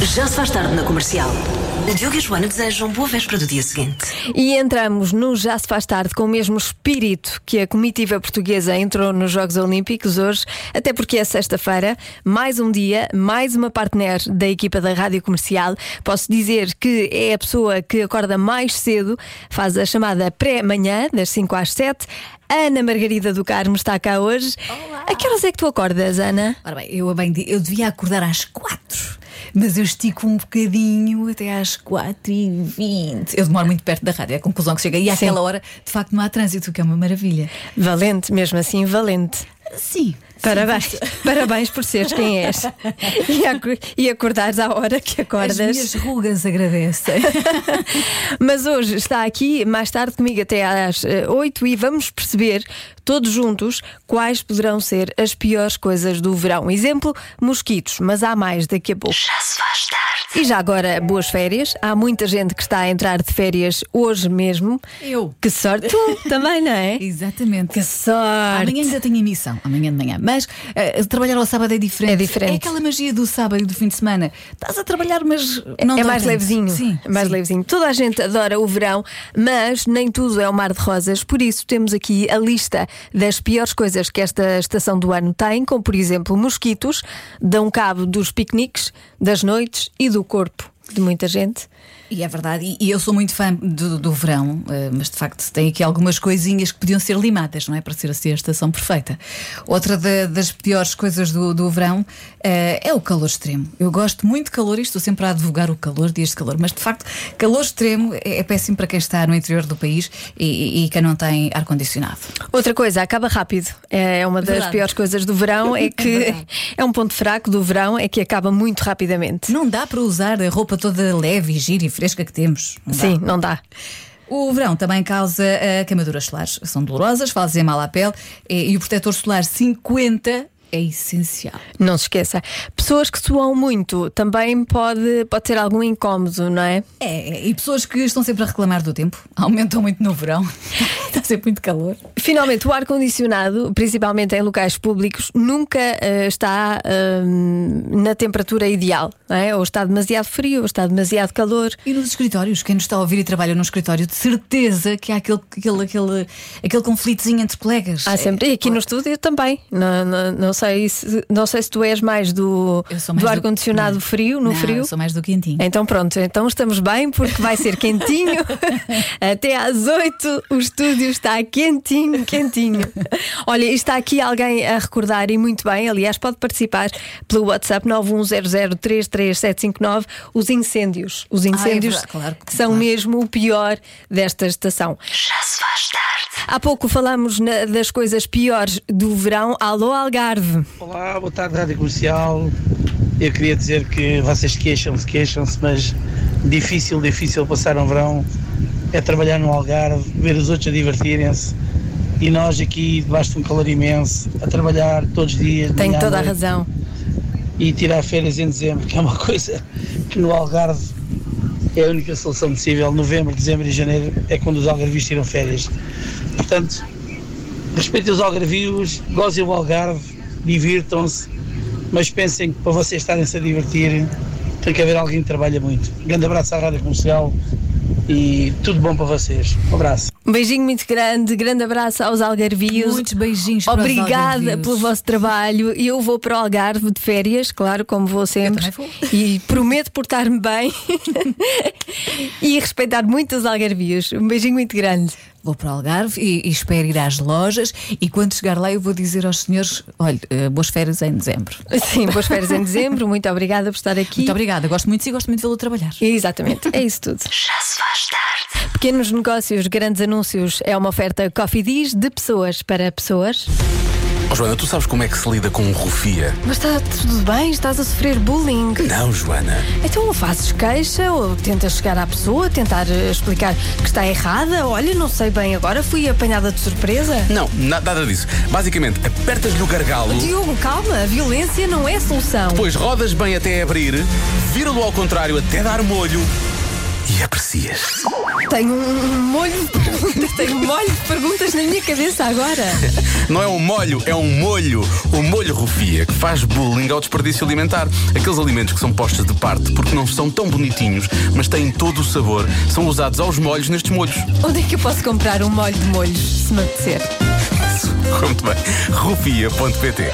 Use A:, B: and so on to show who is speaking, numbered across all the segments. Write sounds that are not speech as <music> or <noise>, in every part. A: Já se faz tarde na comercial. O Diogo e a Joana desejam boa véspera do dia seguinte.
B: E entramos no Já se faz tarde com o mesmo espírito que a comitiva portuguesa entrou nos Jogos Olímpicos hoje, até porque é sexta-feira, mais um dia, mais uma partner da equipa da Rádio Comercial. Posso dizer que é a pessoa que acorda mais cedo, faz a chamada pré-manhã, das 5 às 7. Ana Margarida do Carmo está cá hoje. Olá. A que horas é que tu acordas, Ana?
C: Ora bem, eu, a bem, di- eu devia acordar às quatro, mas eu estico um bocadinho até às quatro e vinte. Eu demoro muito perto da rádio, é a conclusão que chega. E àquela hora, de facto, não há trânsito, o que é uma maravilha.
B: Valente, mesmo assim, valente.
C: Sim.
B: Parabéns, parabéns por seres quem
C: <laughs>
B: és e, ac- e acordares à hora que
C: As minhas
B: acordas.
C: rugas agradecem.
B: Mas hoje está aqui mais tarde comigo até às eh, 8 e vamos perceber todos juntos quais poderão ser as piores coisas do verão. Exemplo, mosquitos, mas há mais daqui a pouco.
A: Já se faz tarde.
B: E já agora, boas férias. Há muita gente que está a entrar de férias hoje mesmo.
C: Eu.
B: Que sorte! Tu também, não é?
C: <laughs> Exatamente.
B: Que sorte!
C: Amanhã ainda tenho emissão, amanhã de manhã. Mas eh, trabalhar ao sábado é diferente.
B: É diferente.
C: É aquela magia do sábado e do fim de semana. Estás a trabalhar, mas não
B: é
C: dói
B: mais
C: tanto.
B: levezinho.
C: Sim,
B: é mais
C: sim.
B: levezinho. Toda a gente adora o verão, mas nem tudo é o mar de rosas. Por isso temos aqui a lista das piores coisas que esta estação do ano tem, como por exemplo mosquitos, dão cabo dos piqueniques, das noites e do corpo de muita gente.
C: E é verdade, e- e eu sou muito fã do, do verão, eh, mas de facto tem aqui algumas coisinhas que podiam ser limadas, não é? Para ser assim a estação perfeita. Outra da- das piores coisas do, do verão eh, é o calor extremo. Eu gosto muito de calor e estou sempre a advogar o calor, dias de calor, mas de facto, calor extremo é, é péssimo para quem está no interior do país e, e- e quem não tem ar-condicionado.
B: Outra coisa, acaba rápido. É uma das
C: Verdade.
B: piores coisas do
C: <laughs>
B: verão, é que
C: verdade.
B: <laughs> é um ponto fraco do verão, é que acaba muito rapidamente.
C: Não dá para usar a roupa toda leve e gira e fresca que temos. Não dá.
B: Sim, não dá.
C: O verão também causa ah, queimaduras solares. São dolorosas, fazem mal à pele e, e o protetor solar 50 é essencial.
B: Não se esqueça. Pessoas que suam muito também pode, pode ser algum incómodo, não é?
C: É, e pessoas que estão sempre a reclamar do tempo <laughs> aumentam muito no verão. <laughs> Está sempre muito calor.
B: Finalmente, o ar-condicionado, principalmente em locais públicos, nunca eh, está hum, na temperatura ideal. não é? Ou está demasiado frio, ou está demasiado calor.
C: E nos escritórios, quem nos está a ouvir e trabalha num escritório, de certeza que há aquele, aquele, aquele, aquele conflitozinho entre colegas.
B: Há sempre. E aqui no estúdio também. Não, não, não sei se, não sei se tu és mais do,
C: Eu sou mais
B: do
C: do-
B: ar-condicionado
C: não.
B: frio, no
C: Não,
B: frio.
C: eu sou mais do quentinho.
B: Então pronto, então estamos bem porque vai ser
C: <laughs>
B: quentinho. Até às 8 o estúdio está quentinho, quentinho. Olha, e está aqui alguém a recordar e muito bem, aliás, pode participar pelo WhatsApp 910033759 os incêndios. Os incêndios
C: Ah, é verdade, claro,
B: são
C: claro.
B: mesmo o pior desta estação.
A: Já se faz tarde.
B: Há pouco falamos na- das coisas piores do verão. Alô Algarve.
D: Olá, boa tarde, Rádio Comercial. Eu queria dizer que vocês queixam-se, queixam-se, mas difícil, difícil passar um verão é trabalhar no Algarve, ver os outros a divertirem-se e nós aqui, debaixo de um calor imenso, a trabalhar todos os dias. de
B: Tenho
D: manhã à
B: toda a
D: noite,
B: razão.
D: E tirar férias em dezembro, que é uma <laughs> coisa que no Algarve é a única solução possível. Novembro, dezembro e janeiro é quando os algarvios tiram férias. Portanto, respeitem os algarvios, gozem o Algarve, divirtam-se, mas pensem que para vocês estarem-se a divertir tem que haver alguém que trabalha muito. Um Grande abraço à Rádio Comercial e tudo bom para vocês. Um abraço.
B: Um beijinho muito grande, grande abraço aos Algarvios.
C: Muitos beijinhos para os
B: Obrigada
C: algarvios.
B: pelo vosso trabalho. Eu vou para o Algarve de férias, claro, como vou sempre.
C: Eu também
B: E prometo portar-me bem <laughs> e respeitar muito os Algarvios. Um beijinho muito grande.
C: Vou para o Algarve e, e espero ir às lojas. E quando chegar lá, eu vou dizer aos senhores: olha, eh, boas férias em dezembro.
B: Sim, boas férias em dezembro. Muito obrigada por estar aqui.
C: Muito obrigada, gosto muito de si, gosto muito de vê-lo trabalhar.
B: Exatamente, é isso tudo.
A: Já se faz tarde.
B: Pequenos negócios, grandes anúncios. É uma oferta Coffee Diz de pessoas para pessoas.
E: Oh, Joana, tu sabes como é que se lida com um rufia?
B: Mas está tudo bem? Estás a sofrer bullying?
E: Não, Joana.
B: Então fazes queixa ou tentas chegar à pessoa, tentar eh, explicar que está errada. Olha, não sei bem agora, fui apanhada de surpresa.
E: Não, na- nada disso. Basicamente, apertas-lhe o gargalo,
B: Diogo, calma, a violência não é a solução.
E: depois rodas bem até abrir, vira-lo ao contrário até dar molho e aprecias.
B: Tenho um molho de perguntas, tenho um molho de perguntas na minha cabeça agora.
E: Não é um molho, é um molho. O molho rufia, que faz bullying ao desperdício alimentar. Aqueles alimentos que são postos de parte porque não são tão bonitinhos, mas têm todo o sabor, são usados aos molhos nestes molhos. <laughs>
B: Onde é que eu posso comprar um molho de molhos, se me apetecer?
E: Muito bem. Rufia.pt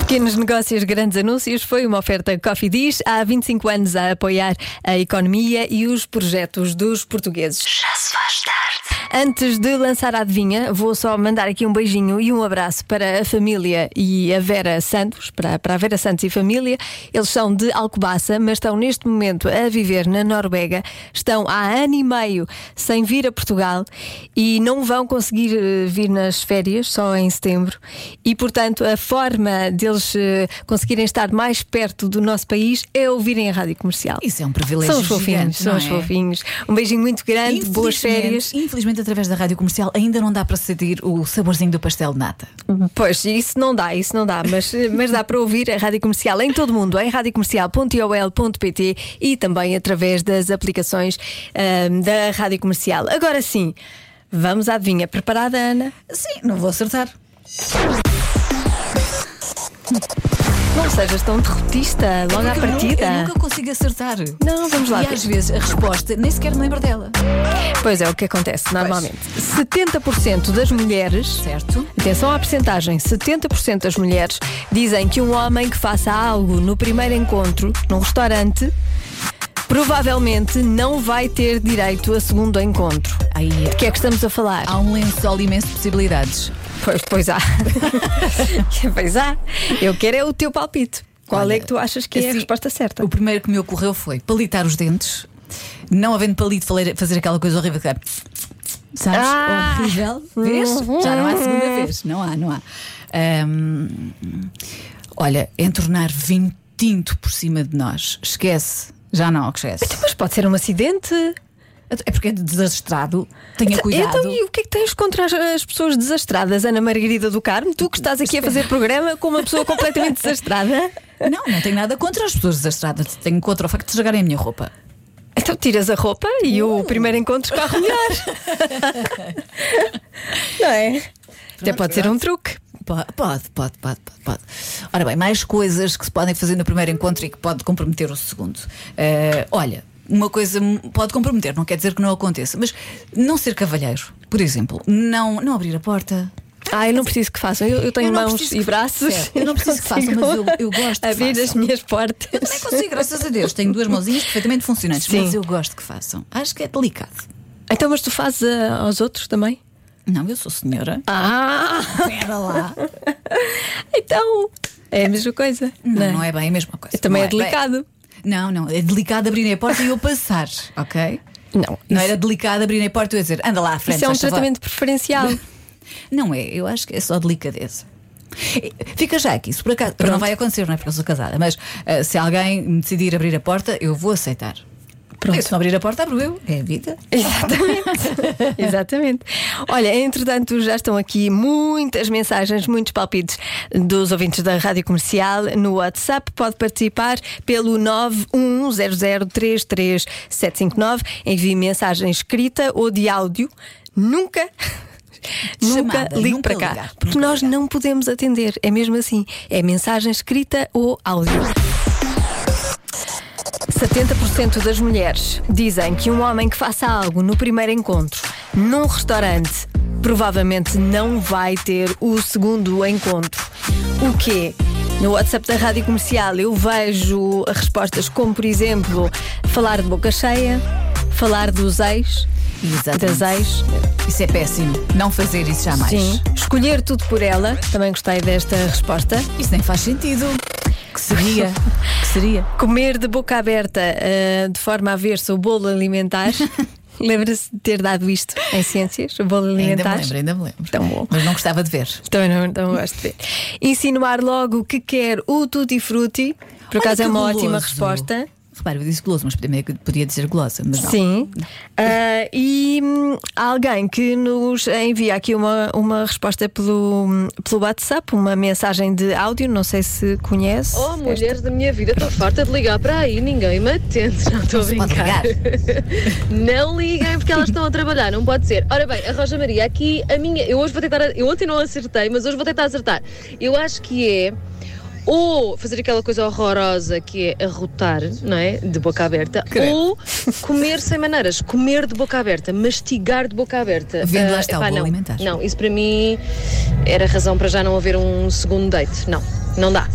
B: Pequenos negócios, grandes anúncios foi uma oferta Coffee Diz há 25 anos a apoiar a economia e os projetos dos portugueses.
A: Já se faz tarde.
B: Antes de lançar a adivinha, vou só mandar aqui um beijinho e um abraço para a família e a Vera Santos, para, para a Vera Santos e família. Eles são de Alcobaça, mas estão neste momento a viver na Noruega. Estão há ano e meio sem vir a Portugal e não vão conseguir eh, vir nas férias, só em setembro. E, portanto, a forma deles eh, conseguirem estar mais perto do nosso país é ouvirem a rádio comercial.
C: Isso é um privilégio.
B: São os fofinhos,
C: gigante,
B: são
C: não
B: os
C: é?
B: fofinhos. Um beijinho muito grande, boas
C: Infelizmente-
B: férias.
C: Infelizmente, através da rádio comercial, ainda não dá para sentir o saborzinho do pastel de nata.
B: Pois, isso não dá, isso não dá, mas, <laughs> mas dá para ouvir a Rádio Comercial em todo o mundo, em radiocomercial.iol.pt e também através das aplicações ahm, da Rádio Comercial. Agora sim, vamos à adivinha. Preparada, Ana?
C: Sim, não vou acertar.
B: Não sejas tão derrotista logo à
C: Porque eu nu-
B: partida.
C: Eu nunca consigo acertar.
B: Não, vamos lá
C: E
B: ver.
C: às vezes a resposta nem sequer me lembro dela.
B: Pois é, o que acontece normalmente. 70% das mulheres
C: Certo?
B: Atenção à percentagem, 70% das mulheres dizem que um homem que faça algo no primeiro encontro, num restaurante, provavelmente não vai ter direito a segundo encontro.
C: Aí
B: De que é que estamos a falar?
C: há um lençol imenso de possibilidades.
B: Pois, pois há. <laughs> pois há. Eu quero é o teu palpite. Qual é que tu achas que é a
C: assim,
B: resposta certa?
C: O primeiro que me ocorreu foi palitar os dentes, não havendo palito, fazer, fazer aquela coisa horrível que é. Sabes?
B: Ah!
C: Horrível. Vês?
B: Uhum.
C: Já não há segunda vez. Não há, não há. Ahm, olha, entornar vinho tinto por cima de nós. Esquece. Já não, esquece.
B: Mas pode ser um acidente.
C: É porque é desastrado. Tenha cuidado.
B: Então, e o que é que tens contra as, as pessoas desastradas, Ana Margarida do Carmo? Tu que estás aqui a fazer programa com uma pessoa completamente desastrada?
C: Não, não tenho nada contra as pessoas desastradas. Tenho contra o facto de estragarem a minha roupa.
B: <laughs> Então tiras a roupa e o primeiro encontro corre <laughs> melhor. Não é? Até pode ser um truque.
C: Pode, pode, pode, pode, pode. Ora bem, mais coisas que se podem fazer no primeiro encontro e que pode comprometer o segundo. Eh, olha, uma coisa m- pode comprometer, não quer dizer que não aconteça, mas não ser cavalheiro, por exemplo, não, não abrir a porta.
B: Ah, eu não preciso que façam. Eu, eu tenho
C: Eu não
B: mãos
C: preciso
B: e
C: que-
B: braços.
C: Certo, eu não preciso que
B: consigo <laughs>
C: façam, mas eu- eu gosto que
B: Abrir as
C: façam.
B: minhas portas.
C: Também consigo, graças a Deus. Tenho duas mãozinhas perfeitamente funcionantes,
B: Sim.
C: mas eu gosto que façam. Acho que é delicado.
B: <laughs> Então, mas tu fazes ah, aos outros também?
C: Não, eu sou senhora.
B: Ah!
C: Espera lá.
B: Então, é a mesma coisa.
C: Não, não é bem a mesma coisa.
B: Também
C: Não
B: é delicado.
C: Bem, não, não. É delicado abrir a porta e eu passar, ok?
B: Não, é?
C: Não
B: isso-
C: era delicado abrir a porta e eu dizer anda lá à frente.
B: Isso é um
C: faz favor."
B: tratamento preferencial.
C: Não é, eu acho que é só delicadeza. Fica já aqui, se por acaso. Não vai acontecer, não é? Porque eu sou casada, mas ah, se alguém me decidir abrir a porta, eu vou aceitar.
B: Pronto.
C: Eu, se não abrir a porta, abro eu. É a vida.
B: <laughs> Exatamente. Exatamente. Olha, entretanto, já estão aqui muitas mensagens, muitos palpites dos ouvintes da Rádio Comercial no WhatsApp. Pode participar pelo 910033759. Envie mensagem escrita ou de áudio. Nunca. Nunca
C: Chamada,
B: ligue
C: nunca
B: para cá,
C: ligar,
B: porque
C: nunca
B: nós não podemos atender. É mesmo assim. É mensagem escrita ou áudio. 70% das mulheres dizem que um homem que faça algo no primeiro encontro, num restaurante, provavelmente não vai ter o segundo encontro. O quê? No WhatsApp da Rádio Comercial eu vejo respostas como, por exemplo, falar de boca cheia, falar dos ex,
C: Exatamente.
B: das ex.
C: Isso é péssimo. Não fazer isso jamais.
B: Sim. Escolher tudo por ela, também gostei desta resposta.
C: Isso nem faz sentido. Que seria? que seria?
B: Comer de boca aberta ah, de forma a ver-se o bolo
C: <laughs>
B: alimentar. Lembra-se de ter dado isto em ciências, o bolo
C: Ainda me
B: alimentar?
C: lembro, ainda me lembro.
B: Tão bom.
C: Mas não gostava de ver.
B: Também não, não gosto de ver. Insinuar logo que quer o tutti frutti. Por
C: Olha
B: acaso é
C: que
B: uma
C: guloso.
B: ótima resposta.
C: Repara, eu disse guloso, mas podia, podia dizer gulosa. Mas não.
B: Sim. Ah, e hum, há alguém que nos envia aqui uma, uma resposta pelo, hum, pelo WhatsApp, uma mensagem de áudio, não sei se conhece.
F: Oh, mulheres da minha vida, estou farta de ligar para aí, ninguém me atende, <laughs> não estou a
C: se pode
F: brincar.
B: <laughs>
F: não liguem porque elas estão a trabalhar, não pode ser. Ora bem, a Rosa Maria, aqui a minha, eu hoje vou tentar, eu ontem não acertei, mas hoje vou tentar acertar. Eu acho que é ou fazer aquela coisa horrorosa que é arrotar, não é? De boca aberta,
E: Credo.
F: ou comer sem maneiras, comer de boca aberta, mastigar de boca aberta.
C: Vendo lá
F: Ah,
C: está o
F: epá,
C: bolo
F: não,
C: alimentar.
F: Não, isso para mim era razão para já não haver um segundo date. Não, não dá.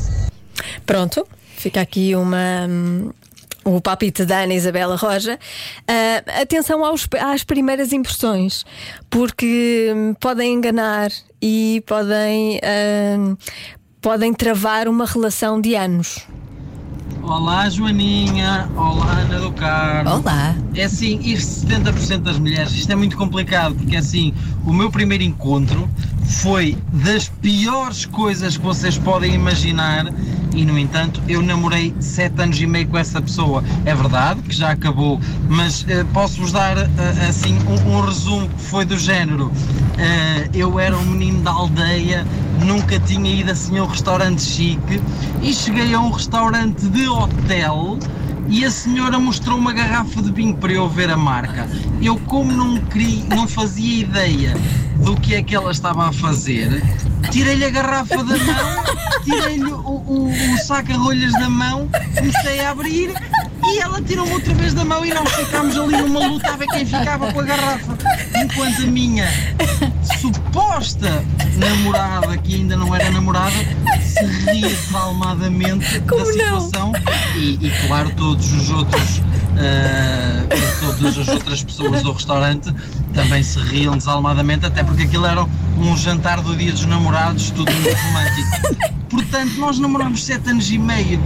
B: Pronto, fica aqui uma. hum, o palpite da Ana Isabela Roja. Ah, atenção aos- às primeiras impressões, porque hum, podem enganar e podem, ah, podem travar uma relação de anos.
G: Olá Joaninha, olá Ana do Carmo.
C: Olá.
G: É assim, ir 70% das mulheres, isto é muito complicado, porque é assim, o meu primeiro encontro foi das piores coisas que vocês podem imaginar e, no entanto, eu namorei 7 anos e meio com essa pessoa. É verdade que já acabou, mas eh, posso-vos dar eh, assim um, um resumo que foi do género. Eh, eu era um menino da aldeia, nunca tinha ido assim a um restaurante chique e cheguei a um restaurante de hotel e a senhora mostrou uma garrafa de vinho para eu ver a marca. Eu, como não, queria, não fazia ideia do que é que ela estava a fazer, tirei-lhe a garrafa da mão, tirei-lhe o, o, o saca-rolhas da mão, comecei a abrir e ela tirou-me outra vez da mão e nós ficámos ali numa luta a ver quem ficava com a garrafa. Enquanto a minha suposta namorada, que ainda não era namorada, se ria desalmadamente
B: Como
G: da
B: não?
G: situação atenção e, e, claro todos os outros ah, todas as outras pessoas do restaurante também se riam desalmadamente até porque aquilo era um jantar do dia dos namorados tudo muito romântico portanto nós namoramos sete anos e meio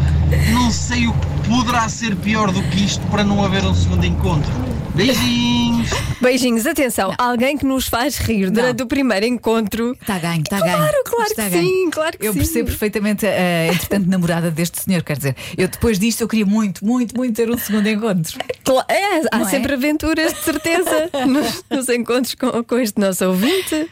G: não sei o que poderá ser pior do que isto para não haver um segundo encontro beijinhos
B: Beijinhos, atenção, alguém que nos faz rir durante o primeiro encontro.
C: Está Tá ganho, está
B: Claro,
C: ganho.
B: claro
C: Está
B: que
C: ganho.
B: sim, claro que
C: Eu
B: sim.
C: percebo perfeitamente a, entretanto, namorada deste senhor. Quer dizer, eu depois disto eu queria muito, muito, muito ter um segundo encontro.
B: Cla- É, há
C: Não é?
B: sempre aventuras, de
C: <laughs>
B: certeza, nos, nos encontros com, com este nosso ouvinte.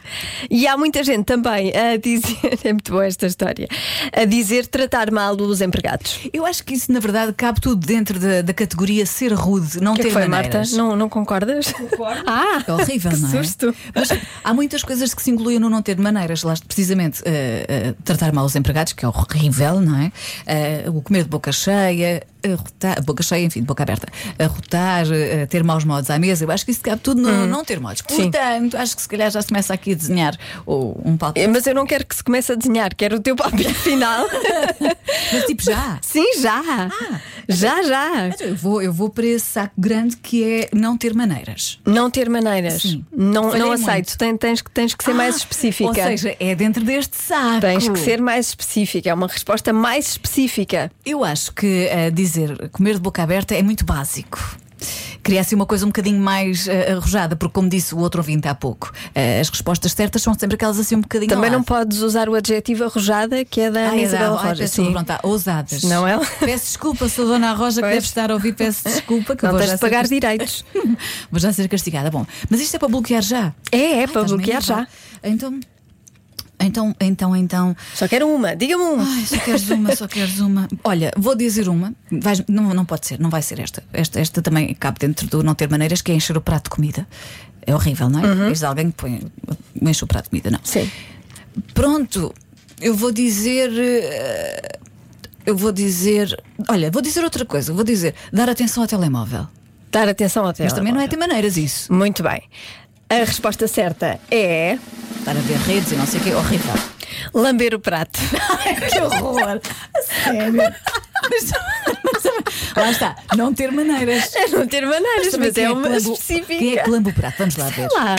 B: E há muita gente também a dizer, <laughs> é muito boa esta história, a dizer tratar mal os empregados.
C: Eu acho que isso, na verdade, cabe tudo dentro da, da categoria ser rude, não
B: O que é
C: ter
B: que foi,
C: maneiras.
B: Marta? Não, não concordas? Concordo. <laughs> Ah,
C: É horrível,
B: que
C: não é?
B: susto.
C: Mas há muitas coisas que se incluem no não ter maneiras. Lá, precisamente, eh, eh, tratar mal os empregados, que é horrível, não é? Eh, o comer de boca cheia, arrotar, boca cheia, enfim, de boca aberta, arrotar, eh, ter maus modos à mesa. Eu acho que isso cabe tudo no não ter modos.
B: Uhum. Sim.
C: Portanto, acho que se calhar já se começa aqui a desenhar ou um palpite.
B: É, Mas eu não quero que se comece a desenhar, quero o teu
C: <laughs>
B: palpite final.
C: Mas tipo, já.
B: Sim, já.
C: Ah,
B: já, já.
C: Então, Eu vou, eu vou para esse saco grande que é não ter maneiras.
B: Não ter maneiras.
C: Sim.
B: Não,
C: Falhei
B: não
C: muito.
B: aceito. Tem- tens, que- tens que ser mais
C: Ah,
B: específica.
C: Ou seja, é dentro deste saco.
B: Tens que ser mais específica, é uma resposta mais específica.
C: Eu acho que eh, dizer comer de boca aberta é muito básico. Queria assim uma coisa um bocadinho mais eh, arrojada, porque, como disse o outro ouvinte há pouco, eh, as respostas certas são sempre aquelas assim um bocadinho.
B: Também
C: ao
B: não
C: lado.
B: podes usar o adjetivo arrojada, que é da
C: Ai,
B: Ana Isabel
C: Adão, ai,
B: Roja.
C: peço desculpa,
B: Sim.
C: pronto, ah, ousadas.
B: Não é?
C: Peço desculpa, sou a Dona Roja,
B: Pois.
C: que deve estar a ouvir, peço desculpa. Que
B: Não
C: vou
B: tens
C: já
B: de pagar
C: ser... <laughs>
B: direitos.
C: Vou já ser castigada. Bom, mas isto é para bloquear já.
B: É, é, para
C: Estás
B: bloquear
C: mesmo?
B: já.
C: Então, então, então, então.
B: Só quero uma, diga-me uma.
C: Ai, só queres uma, só queres uma. Olha, vou dizer uma. Vais- não, não pode ser, não vai ser esta. esta. Esta também cabe dentro do não ter maneiras, que é encher o prato de comida. É horrível, não é?
B: Uhum.
C: Tens alguém que põe, enche o prato de comida, não.
B: Sim.
C: Pronto, eu vou dizer. eh, Eu vou dizer. Olha, vou dizer outra coisa. Vou dizer dar atenção ao telemóvel.
B: Dar atenção ao
C: Mas
B: telemóvel.
C: também não é ter maneiras isso.
B: Muito bem. A resposta certa é
C: Estar a ver redes e não sei o quê, horrível.
B: lamber o prato.
C: <laughs> que horror! Sério? Lá está, não ter maneiras.
B: <laughs> É não ter maneiras, mas,
C: Quem
B: é
C: que
B: uma
C: lambe o-
B: específica.
C: Quem é que lambe o prato? Vamos lá ver.
B: Sei lá.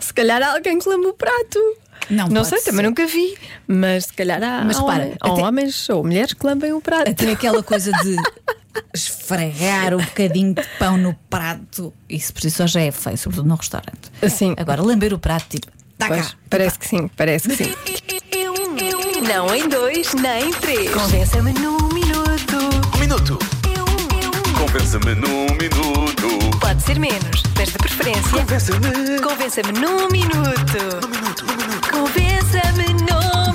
B: Se calhar há alguém que lama o prato.
C: Não pode
B: sei,
C: ser.
B: também nunca vi. Mas se calhar há,
C: Mas
B: há
C: repara,
B: homens, há
C: até-
B: homens ou mulheres que lambem o prato.
C: Tem aquela coisa de esfregar um bocadinho de pão no prato. Isso por si só já é feio, sobretudo no restaurante.
B: Sim.
C: Agora, lamber o prato, tipo, tá
B: Pois,
C: cá.
B: parece que sim, parece que sim.
A: Não em dois, nem em três. Convença-me num minuto.
E: Um minuto. Com Convença-me num minuto.
B: Pode ser menos, mas de preferência.
E: Convença-me.
B: Convença-me num minuto. Convença-me num minuto.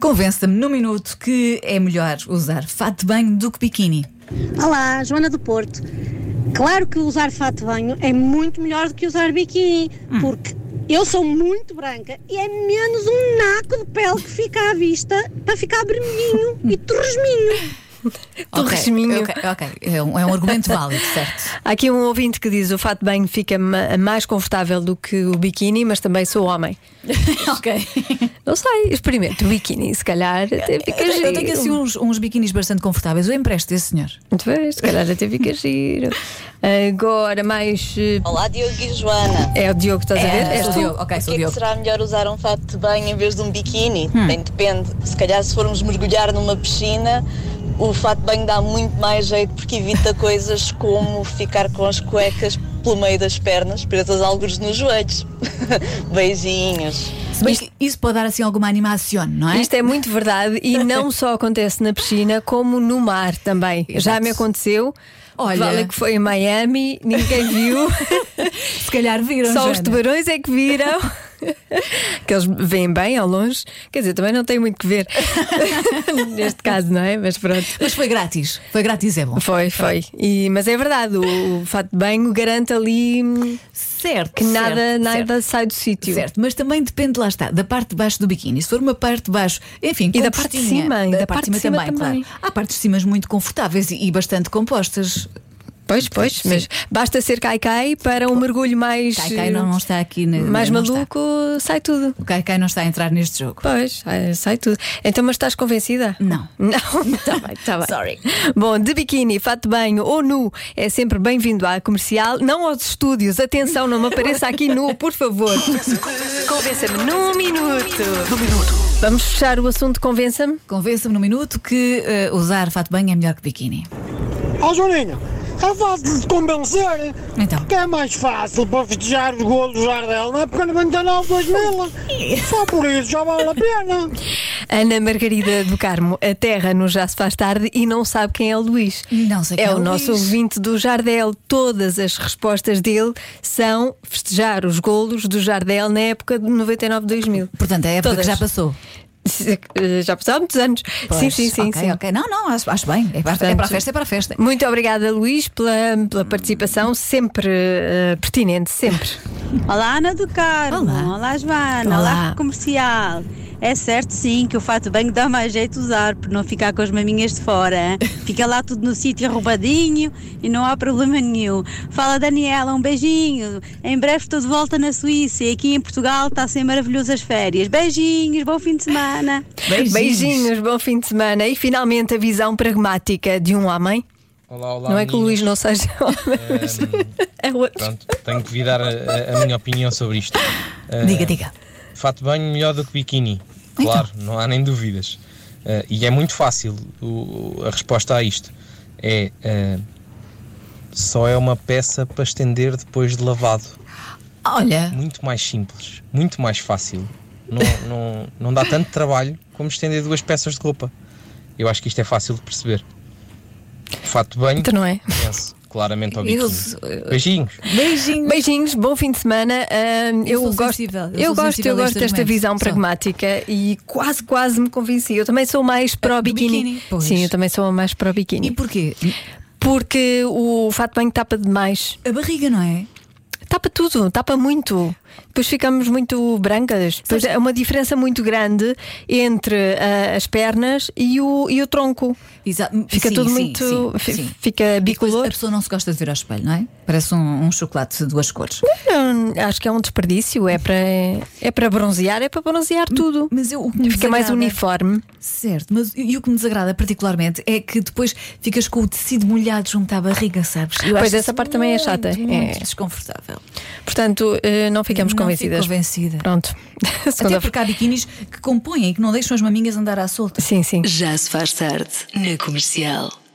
C: Convença-me num minuto que é melhor usar fato de banho do que biquíni.
H: Olá, Joana do Porto. Claro que usar fato de banho é muito melhor do que usar biquíni, porque eu sou muito branca e é menos um naco de pele que fica à vista para ficar vermelhinho e torresminho.
C: Ok,
B: Torresminho.
C: Ok, ok. É, um, é um argumento válido,
B: <laughs>
C: certo?
B: Há aqui um ouvinte que diz o fato de banho fica ma- mais confortável do que o biquíni, mas também sou homem.
C: ok.
B: Não sei, experimento o biquíni, se calhar até
C: Eu
B: fica
C: tenho,
B: giro.
C: eu
B: <laughs>
C: tenho assim uns, uns biquinis bastante confortáveis. Eu empresto esse senhor.
B: Muito bem, se calhar até fica giro. Agora mais... eh,
I: Olá, Diogo e Joana.
B: É o Diogo que estás a ver?
C: É,
B: És
C: sou
B: tu?
C: Diogo. Ok, sou
I: Porquê que
C: Diogo. Hum.
I: será melhor usar um fato de banho em vez de um biquíni? Bem, depende. Se calhar se formos mergulhar numa piscina, o fato de banho dá muito mais jeito porque evita <laughs> coisas como ficar com as cuecas pelo meio das pernas, presas alguns nos joelhos. <laughs> Beijinhos.
C: Se bem que isso pode dar assim alguma animação, não é?
B: Isto é muito verdade e
C: <laughs>
B: não só acontece na piscina, como no mar também. Já
C: Exato.
B: me aconteceu.
C: Olha.
B: Vale que foi em Miami, ninguém
C: <laughs>
B: viu,
C: Se calhar viram.
B: é- só os
C: Joana.
B: tubarões é que
C: <laughs>
B: viram. Que eles veem bem ao longe, quer dizer, também não tem muito que ver <laughs> neste caso, não é? Mas pronto.
C: Mas foi grátis. Foi grátis, é bom.
B: Foi, foi. E- mas é verdade, o, o fato de banho garante ali hum,
C: Certo.
B: que nada,
C: certo,
B: nada
C: certo.
B: sai do sítio.
C: Certo, mas também depende, lá está, da parte de baixo do biquíni. Se for uma parte de baixo, enfim,
B: E
C: com
B: da parte de
C: postinha,
B: cima, e
C: da, parte de cima, também,
B: também.
C: claro. Há partes de cima muito confortáveis e, e bastante compostas.
B: Pois, pois, mas basta ser cai-cai para um mergulho mais.
C: Cai Cai não, não está aqui. na-
B: Mais
C: não
B: maluco, sai tudo.
C: Está. O Cai Cai não está a entrar neste jogo.
B: Pois, sai- sai tudo. Então, mas estás convencida?
C: Não.
B: Não, <laughs> está bem, está bem.
C: Sorry.
B: Bom, de biquíni, fato de banho ou nu é sempre bem-vindo à comercial, não aos estúdios. Atenção, não me apareça aqui nu, por favor. Convença-me num minuto. Vamos fechar o assunto, convença-me?
C: Convença-me num minuto que eh, usar fato de banho é melhor que biquíni.
J: Ó Joaninho, é fácil de convencer
C: Então.
J: que é mais fácil para festejar os gols do Jardel na época 99 2000 Só por isso já vale a pena.
B: Ana Margarida do Carmo, a terra no Já Se Faz Tarde e não sabe quem é o Luís.
C: Não sei quem
B: É
C: é
B: o
C: o
B: nosso
C: Luís.
B: ouvinte do Jardel. Todas as respostas dele são festejar os golos do Jardel na época de 99-2000.
C: Portanto, é a época
B: Todas.
C: que já passou.
B: <laughs> Já passaram muitos anos. sim,
C: Pois,
B: sim, sim.
C: ok,
B: sim.
C: ok. Não, não, acho, acho bem. É para, é para a
B: Portanto,
C: festa, é para a festa.
B: Muito obrigada, Luís, pela, pela participação, sempre eh, pertinente, sempre.
K: Olá, Ana do Carmo.
C: Olá.
K: Joana.
B: Olá.
K: Olá. comercial. É certo, sim, que o fato de banho dá mais jeito de usar, por não ficar com as maminhas de fora. hein? Fica lá tudo no sítio arrubadinho e não há problema nenhum. Fala, Daniela, um beijinho. Em breve estou de volta na Suíça e aqui em Portugal está a ser maravilhosas férias. Beijinhos, bom fim de semana.
C: <laughs> Beijinhos.
B: Beijinhos, bom fim de semana. E finalmente a visão pragmática de um homem.
G: Olá, olá.
B: não é que o Luís
G: meninas.
B: não seja <laughs> homem, mas é outro.
G: Pronto, tenho que vir dar a, a- a minha opinião sobre isto. Ah,
C: Diga, Então. diga.
G: Fato de banho melhor do que biquíni. Claro, não há nem dúvidas. Ah, e é muito fácil o- a resposta a isto. É. ah, só é uma peça para estender depois de lavado.
C: Olha,
G: Muito mais simples, muito mais fácil. Não, não, não dá tanto trabalho como estender duas peças de roupa. Eu acho que isto é fácil de perceber. Fato de banho,
B: Então não é?
G: penso claramente ao
C: Eu
G: biquíni.
C: sou-
G: Beijinhos.
C: beijinhos.
B: Beijinhos, bom fim de semana. Ahm, eu,
C: sou
B: gosto,
C: sensível, eu
B: eu
C: sou
B: gosto,
C: sensível
B: eu
C: a
B: gosto
C: estes
B: desta
C: momentos.
B: visão
C: Só.
B: pragmática e quase, quase me convenci. Eu também sou mais pró biquíni.
C: É, biquíni, pois.
B: Sim, eu também sou mais pró biquíni.
C: E porquê?
B: Porque o fato bem tapa demais.
C: A barriga, não é?
B: Tapa tudo, tapa muito. Depois ficamos muito brancas. Depois é uma diferença muito grande entre ah, as pernas e o, e o tronco.
C: Exato.
B: Fica
C: Sim,
B: tudo
C: sim,
B: muito.
C: sim,
B: fi-
C: sim.
B: Fica
C: Depois,
B: bicolor.
C: A pessoa não se gosta de ver ao espelho, não é? Parece um, um chocolate de duas cores.
B: Hum, Acho que é um desperdício. É para, é para bronzear, é para bronzear tudo.
C: Mas eu, o que me
B: Fica mais
C: desagrada-
B: uniforme.
C: Certo, mas e, e o que me desagrada particularmente é que depois ficas com o tecido molhado junto à barriga, sabes? Eu
B: Pois,
C: acho
B: essa
C: isso
B: parte também é
C: muito,
B: chata, é.
C: Muito desconfortável.
B: Portanto, eh, não ficamos
C: Não
B: convencidas.
C: fico convencida.
B: Pronto. <laughs>
C: Até
B: Segunda-
C: porque há biquinis que compõem e que não deixam as maminhas andar à solta.
B: Sim, sim.
A: Já se faz tarde na comercial.